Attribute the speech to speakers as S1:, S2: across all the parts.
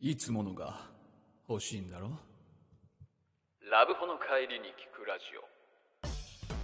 S1: いつものが欲しいんだろ
S2: ラブホの帰りに聞くラジオ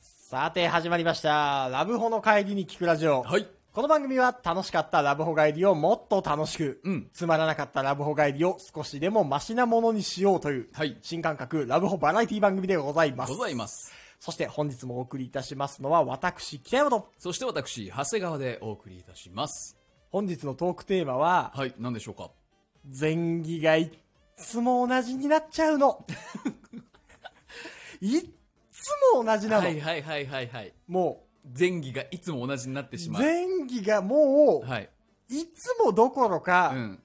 S3: さて始まりましたラブホの帰りに聞くラジオ、
S1: はい
S3: この番組は楽しかったラブホ帰りをもっと楽しく、
S1: うん
S3: つまらなかったラブホ帰りを少しでもマシなものにしようという、
S1: はい
S3: 新感覚ラブホバラエティ番組でございます
S1: ございます
S3: そして本日もお送りいたしますのは私北山と
S1: そして私長谷川でお送りいたします
S3: 本日のトークテーマは
S1: はい何でしょうか
S3: 前儀がいっつも同じになっちゃ うのいっつも同じなの、
S1: はいはいはいはいはい
S3: も
S1: 前儀がいつも同じになってし
S3: う
S1: まう
S3: 前儀がもう、
S1: はい
S3: い、つもどころか、
S1: うん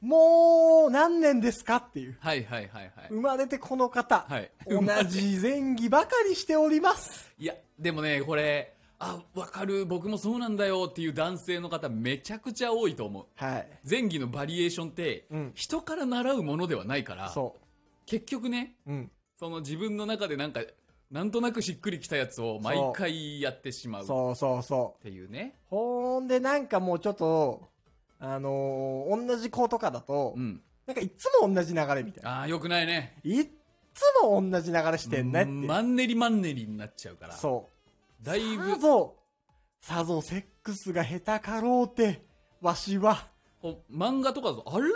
S3: もう何年ですかっていう。
S1: はいはいはいはい
S3: 生まれてこの方、
S1: はい
S3: 同じ前儀ばかりしております。
S1: いやでもねこれあわかる僕もそうなんだよっていう男性の方めちゃくちゃ多いと思う
S3: はい。
S1: 前儀のバリエーションって、
S3: うん
S1: 人から習うものではないから
S3: そ
S1: 結局ね
S3: う。うん。
S1: その自分の中でなんかなんとなくしっくりきたやつを毎回やってしまうっ
S3: そうそうそう。
S1: ていうね
S3: ほんでなんかもうちょっと、あのー同じ子とかだと、
S1: うん
S3: なんかいつも同じ流れみたいな。
S1: ああよくないね
S3: いっつも同じ流れしてんねって。
S1: マンネリマンネリになっちゃうから
S3: そう。
S1: だいぶ
S3: さぞ、さぞセックスが下手かろうて、わしは。
S1: こう漫画とかだとあれ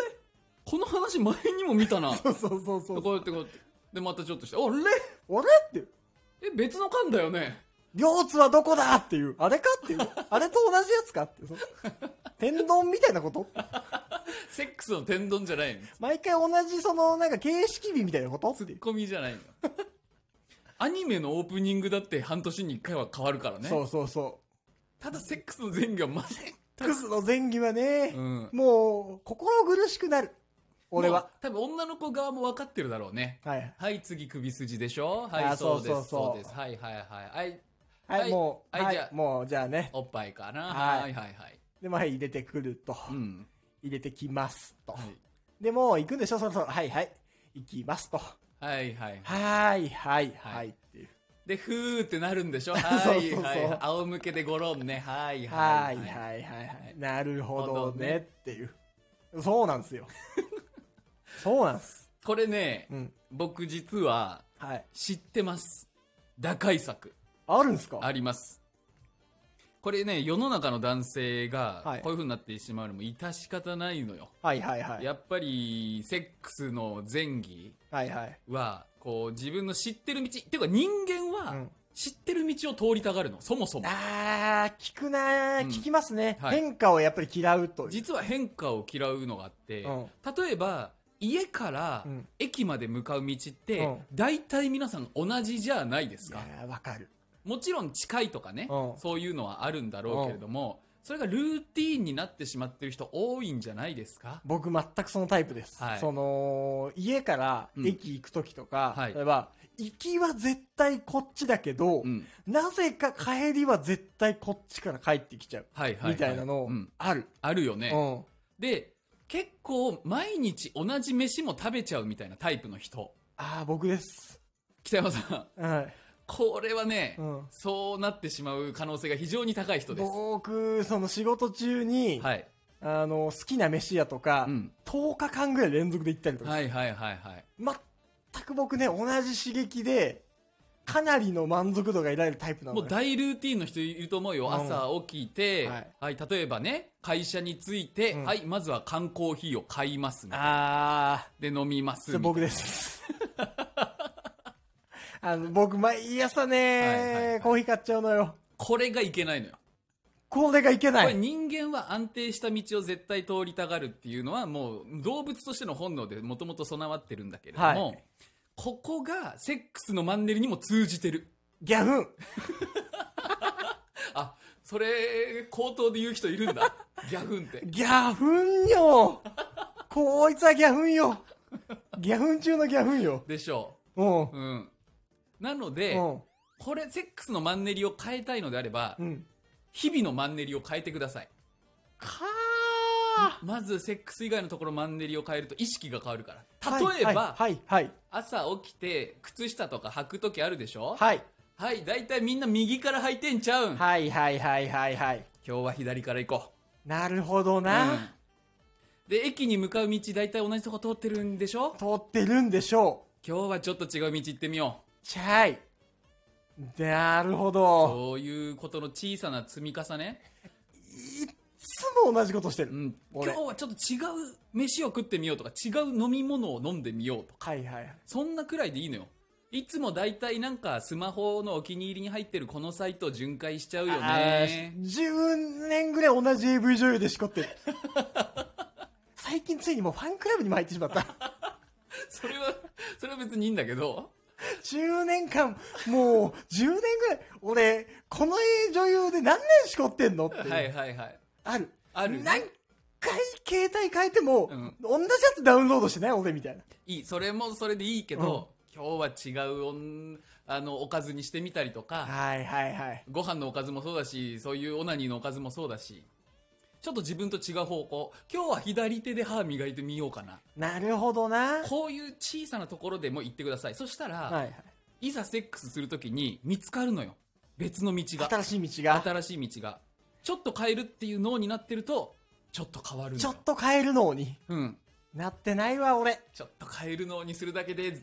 S1: この話前にも見たな
S3: そうそうそうそう。
S1: こうやってこうやってでまたちょっとしてあ
S3: 俺って、
S1: れえ別の巻だよね
S3: 両津はどこだっていう、あれかっていう、あれと同じやつかっていう、そう天丼みたいなこと
S1: セックスの天丼じゃないの
S3: 毎回同じその、なんか形式美みたいなことって
S1: ツ
S3: い
S1: ッ
S3: う。
S1: コミじゃないのアニメのオープニングだって半年に1回は変わるからね
S3: そうそうそ
S1: ただセックスの前後は ま
S3: う。クスの前儀はね、
S1: うん
S3: もう、心苦しくなる。俺
S1: も
S3: は
S1: う。多分女の子側も分かってるだろうね
S3: はい。
S1: はい次首筋でしょは
S3: あ
S1: い
S3: ー
S1: そうです
S3: そ
S1: そうう
S3: そうそう
S1: ですはいはいはいはい
S3: はい、
S1: はい
S3: もう、
S1: はい
S3: はい
S1: じゃあ
S3: もう、じゃあね。
S1: おっぱいかな
S3: は
S1: はいいはいはい
S3: で、まあ、入れてくると。
S1: うん
S3: 入れてきますと。
S1: はい
S3: で、もう行くんでしょそろそろ。はいはい。行きますと。は
S1: はいはい
S3: ーい、はい、は、
S1: はいい
S3: っていう。
S1: でふーってなるんでしょはい
S3: そうそうそう
S1: はい仰向けでゴロンねはい
S3: は
S1: はいい
S3: はい
S1: い
S3: はいはい。なるほど
S1: ほどね
S3: ねっていう。そうな んですよ。そうなんです。
S1: これね
S3: うん。
S1: 僕実は
S3: はい。
S1: 知ってます打開策
S3: あるんですか
S1: ありますこれね世の中の男性
S3: は
S1: が
S3: い
S1: こういう風になってしまうのも致し方ないのよ、
S3: はいはいはい。
S1: やっぱりセックスの前儀
S3: はいはい。
S1: はこう自分の知ってる道っていうか人間
S3: う
S1: は
S3: ん
S1: 知ってる道を通りたがるのそもそも
S3: あー、聞くなー、
S1: うん
S3: 聞きますね、
S1: はい
S3: 変化をやっぱり嫌うという。
S1: 実は変化を嫌うのがあって、
S3: うん
S1: 例えば家から
S3: うん
S1: 駅まで向かう道って、
S3: うん
S1: 大体皆さん同じじゃないです
S3: い
S1: か、
S3: やーわかる。
S1: もちろん近いとかね、
S3: うん
S1: そういうのはあるんだろうけれども、それがルーティーンになってしまってる人多いんじゃないですか
S3: 僕全くそのタイプです。
S1: はい
S3: その、家から
S1: うん
S3: 駅行くときとか、
S1: はい
S3: 例えば、行きは絶対こっちだけど、
S1: うん
S3: なぜか帰りは絶対こっちから帰ってきちゃう。
S1: はいはい、はい、
S3: みたいなの
S1: うん
S3: ある。
S1: あるよね、
S3: うん。
S1: で結構毎日同じ飯も食べちゃうみたいなタイプの人
S3: ああ、僕です。
S1: 北山さん
S3: はい。
S1: これはね、
S3: うん
S1: そうなってしまう可能性が非常に高い人です
S3: 僕、その仕事中に、
S1: はい、
S3: あの、好きな飯屋とか、
S1: うん、
S3: 10日間ぐらい連続で行ったりとか、
S1: はいはいはいはい
S3: 全く僕ね、同じ刺激で、かなりの満足度が得られるタイプなの
S1: もう
S3: よ。
S1: 大ルーティンの人いると思うよ、
S3: うん
S1: 朝起きて、
S3: は
S1: はいい例えばね会社に着いて、
S3: うん
S1: はいまずは缶コーヒーを買いますみたいな
S3: あ
S1: で飲みます
S3: ー、それ
S1: みたいな
S3: 僕です。 あの、僕、毎朝ね、
S1: はいはいはい
S3: コーヒー買っちゃうのよ。
S1: これがいけないのよ、
S3: これがいけな
S1: これ
S3: い。
S1: 人間は安定した道を絶対通りたがるっていうのはもう動物としての本能でもともと備わってるんだけれども、
S3: はい
S1: ここがセックスのマンネリにも通じてる
S3: ギャフン。
S1: あそれ口頭で言う人いるん だギャフンって
S3: ギャフンよこいつはギャフンよギャフン中のギャフンよ。
S1: でしょ
S3: うん。
S1: ううんなの
S3: う
S1: で、
S3: ん。
S1: これセックスのマンネリを変えたいのであれば、
S3: うん。
S1: 日々のマンネリを変えてください
S3: か
S1: まずセックス以外のところマンネリを変えると意識が変わるから
S3: はい
S1: 例えば、
S3: はい、はい、
S1: 朝起きて靴下とか履く時あるでしょ
S3: はい。
S1: はい大体みんな右から履いてんちゃうん、
S3: はい、はい、はい、はい、はい。
S1: 今日は左から行こ
S3: なるほど
S1: うう
S3: な。
S1: んで駅に向かう道大体同じとこ通ってるんでしょ
S3: 通ってるんでしょ
S1: 今日はちょっと違う道行ってみよ
S3: う。チャイ。なるほ
S1: う
S3: ど。
S1: そういうことの小さな積み重ね、
S3: いっつも同じことして
S1: う
S3: る。
S1: ん、今
S3: 俺
S1: 日はちょっと違う飯を食ってみようとか違う飲み物を飲んでみようとか
S3: はい、はいはい。
S1: そんなくらいでいいのよ。いつも大体なんかスマホのお気に入りに入ってるこのサイト巡回しちゃうよ
S3: あ
S1: ね
S3: ー。10年ぐらい同じ AV 女優でしこってる。 最近ついにもうファンクラブにも入ってしまった。
S1: それは、 それは別にいいんだけど、
S3: 10年間、もう10年ぐらい、俺、この女優で何年しこってんのっていう。
S1: はいはいはい。
S3: ある。
S1: あるね
S3: 何回携帯変えても、
S1: うん
S3: 同じやつダウンロードしてない俺みたいな。
S1: いい、それもそれでいいけど、今日は違うおんあのおかずにしてみたりとか、
S3: はいはいはい。
S1: ご飯のおかずもそうだし、そういうオナニーのおかずもそうだし、ちょっと自分と違う方向、今日は左手で歯磨いてみようかな。
S3: なるほどな。
S1: こういう小さなところでも言ってください。そしたら、
S3: はいはい。
S1: い、ざセックスするときに見つかるのよ。別の道が。
S3: 新しい道が。
S1: 新しい道がちょっと変えるっていう脳になってるとちょっと変わるのよ
S3: ちょっと変えるのに
S1: うん
S3: なってないわ、俺。
S1: ちょっと変える脳にするだけで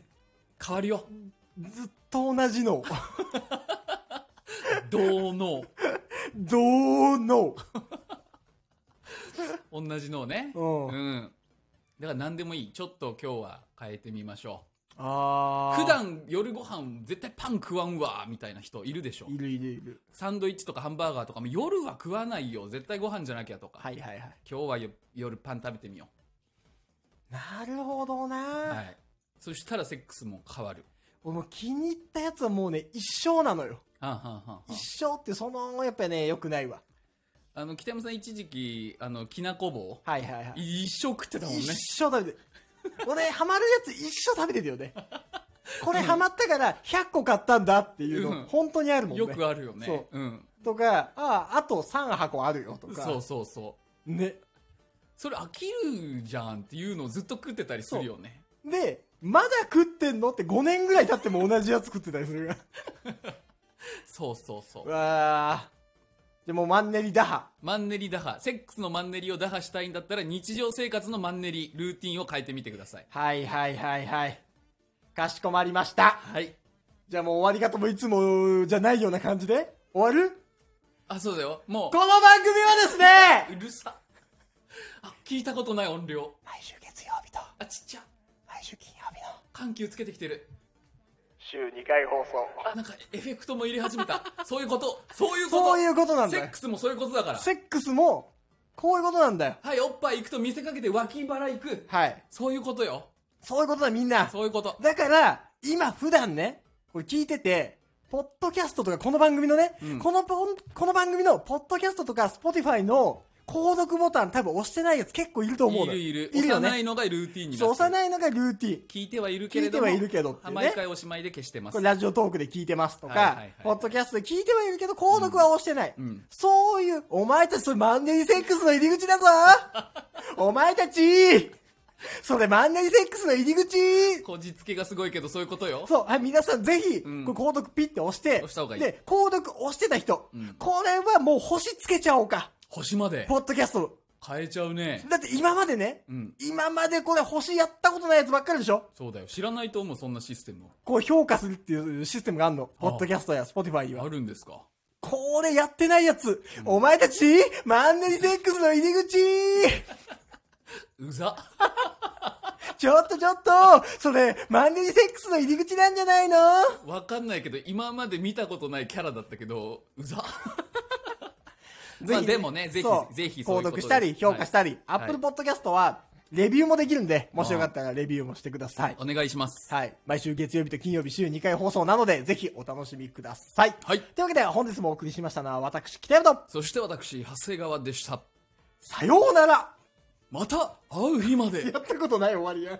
S1: 変わるよ
S3: ずっと同じ の。
S1: 同脳
S3: どうの。
S1: 同じ脳ね
S3: うん
S1: うんだから何でもいいちょっと今日は変えてみましょう
S3: あー
S1: 普段夜ご飯絶対パン食わんわみたいな人いるでしょ
S3: いるいるいる。
S1: サンドイッチとかハンバーガーとかも夜は食わないよ絶対ご飯じゃなきゃとか、
S3: はいはいはい。
S1: 今日はよ夜パン食べてみよ
S3: なるほどな、
S1: う、はい、そしたらセックスも変わる
S3: 俺もう気に入ったやつはもうね、一生なのよ。
S1: はんはんはんはん
S3: 一生ってその、やっぱりね、良くないわ。
S1: あの北山さん一時期あのきなこ棒
S3: はいはいはい。
S1: 一生食ってたもんね
S3: 一生食べてる。俺、ハマるやつ一生食べてるよね。これハマったから100個買ったんだっていう
S1: うん
S3: の、本当にあるもんね。
S1: よくあるよね、
S3: そう
S1: ん、
S3: とか、ああ、あと3箱あるよとか。
S1: そうそうそう
S3: ね。
S1: それ飽きるじゃんっていうのをずっと食ってたりするよね
S3: で、まだ食ってんのって5年ぐらい経っても同じやつ食ってたりするか
S1: そうそう そう
S3: ら。わー。でもマンネリ打破。
S1: マンネリ打破セックスのマンネリを打破したいんだったら日常生活のマンネリルーティンを変えてみてください
S3: はいはいはいはい。かしこまりました。
S1: はい
S3: じゃあもう終わり方もいつもじゃないような感じで終わる
S1: あそうだよも
S3: この番組はですね
S1: ううるさあ聞いたことない音量
S3: 毎週月曜日と
S1: あちっちゃ
S3: 毎週金曜日の
S1: 緩急つけてきてる
S3: 週2回放送。
S1: あなんかエフェクトも入れ始め たそういうことそういうこと
S3: そういうことなんだ
S1: セ
S3: よ
S1: ック。スもそういうことだから
S3: セックスも、こういうことなんだよ。
S1: はい、おっぱい行くと見せかけて脇腹行く。
S3: はい。
S1: そういうことよ。
S3: そういうことだみんな。
S1: そういうこと。
S3: だから、今普段ね、これ聞いてて、ポッドキャストとかこの番組のね、
S1: うん
S3: このポン、この番組のポッドキャストとかスポティファイの購読ボタン多分押してないやつ結構いると思う
S1: い
S3: の
S1: る
S3: よ
S1: いる。
S3: いるよ
S1: 幼
S3: ね。
S1: いのがルーティンになって
S3: そう、
S1: る
S3: 幼いのがルーティン。
S1: 聞いてはいるけれども。
S3: 聞いてはいるけどってね
S1: 毎回おしまいで消してます。
S3: これラジオトークで聞いてますと
S1: は
S3: か、
S1: いはいはい
S3: ポッドキャストで聞いてはいるけど、購読は押してない。
S1: うんうん
S3: そういう、お前たちそれマンネリセックスの入り口 だぞお前たちそれマンネリセックスの入り口
S1: こじつけがすごいけど、そういうことよ。
S3: そう、あ皆さんぜひ、
S1: うん
S3: これ購読ピッて押して、
S1: 押した方がいい
S3: で、購読押してた人、
S1: うん
S3: これはもう星つけちゃおうか。
S1: 星まで
S3: ポ。ッドキャスト
S1: 変えちゃうね
S3: の。。だって今までね、
S1: うん。
S3: 今までこれ星やったことないやつばっかりでしょ
S1: そうだよ。知らないと思う、そんなシステム
S3: こう評価するっていうシステムがあるの。ポ
S1: あ
S3: ッドキャストやスポティファイには
S1: あ。るんですか
S3: これやってないやつ、お前たち、マンネリセックスの入り口
S1: うざ。
S3: ちょっとちょっとそれ、マンネリセックスの入り口なんじゃないの
S1: わかんないけど、今まで見たことないキャラだったけど、うざ。まあでもねぜひ
S3: そう
S1: ぜひそうい
S3: 購
S1: うことで
S3: 読
S1: す
S3: したり、評価したり、ア
S1: い
S3: ップルポッドキャストは、レビューもできるんで、もしよかったらレビューもしてください。
S1: お願いします。
S3: はい。毎週月曜日と金曜日週2回放送なので、ぜひお楽しみください。
S1: はい。
S3: というわけで、本日もお送りしましたのは、私、北山と、
S1: そして私、長谷川でした。
S3: さようなら
S1: また会う日まで。
S3: やったことない終わりや。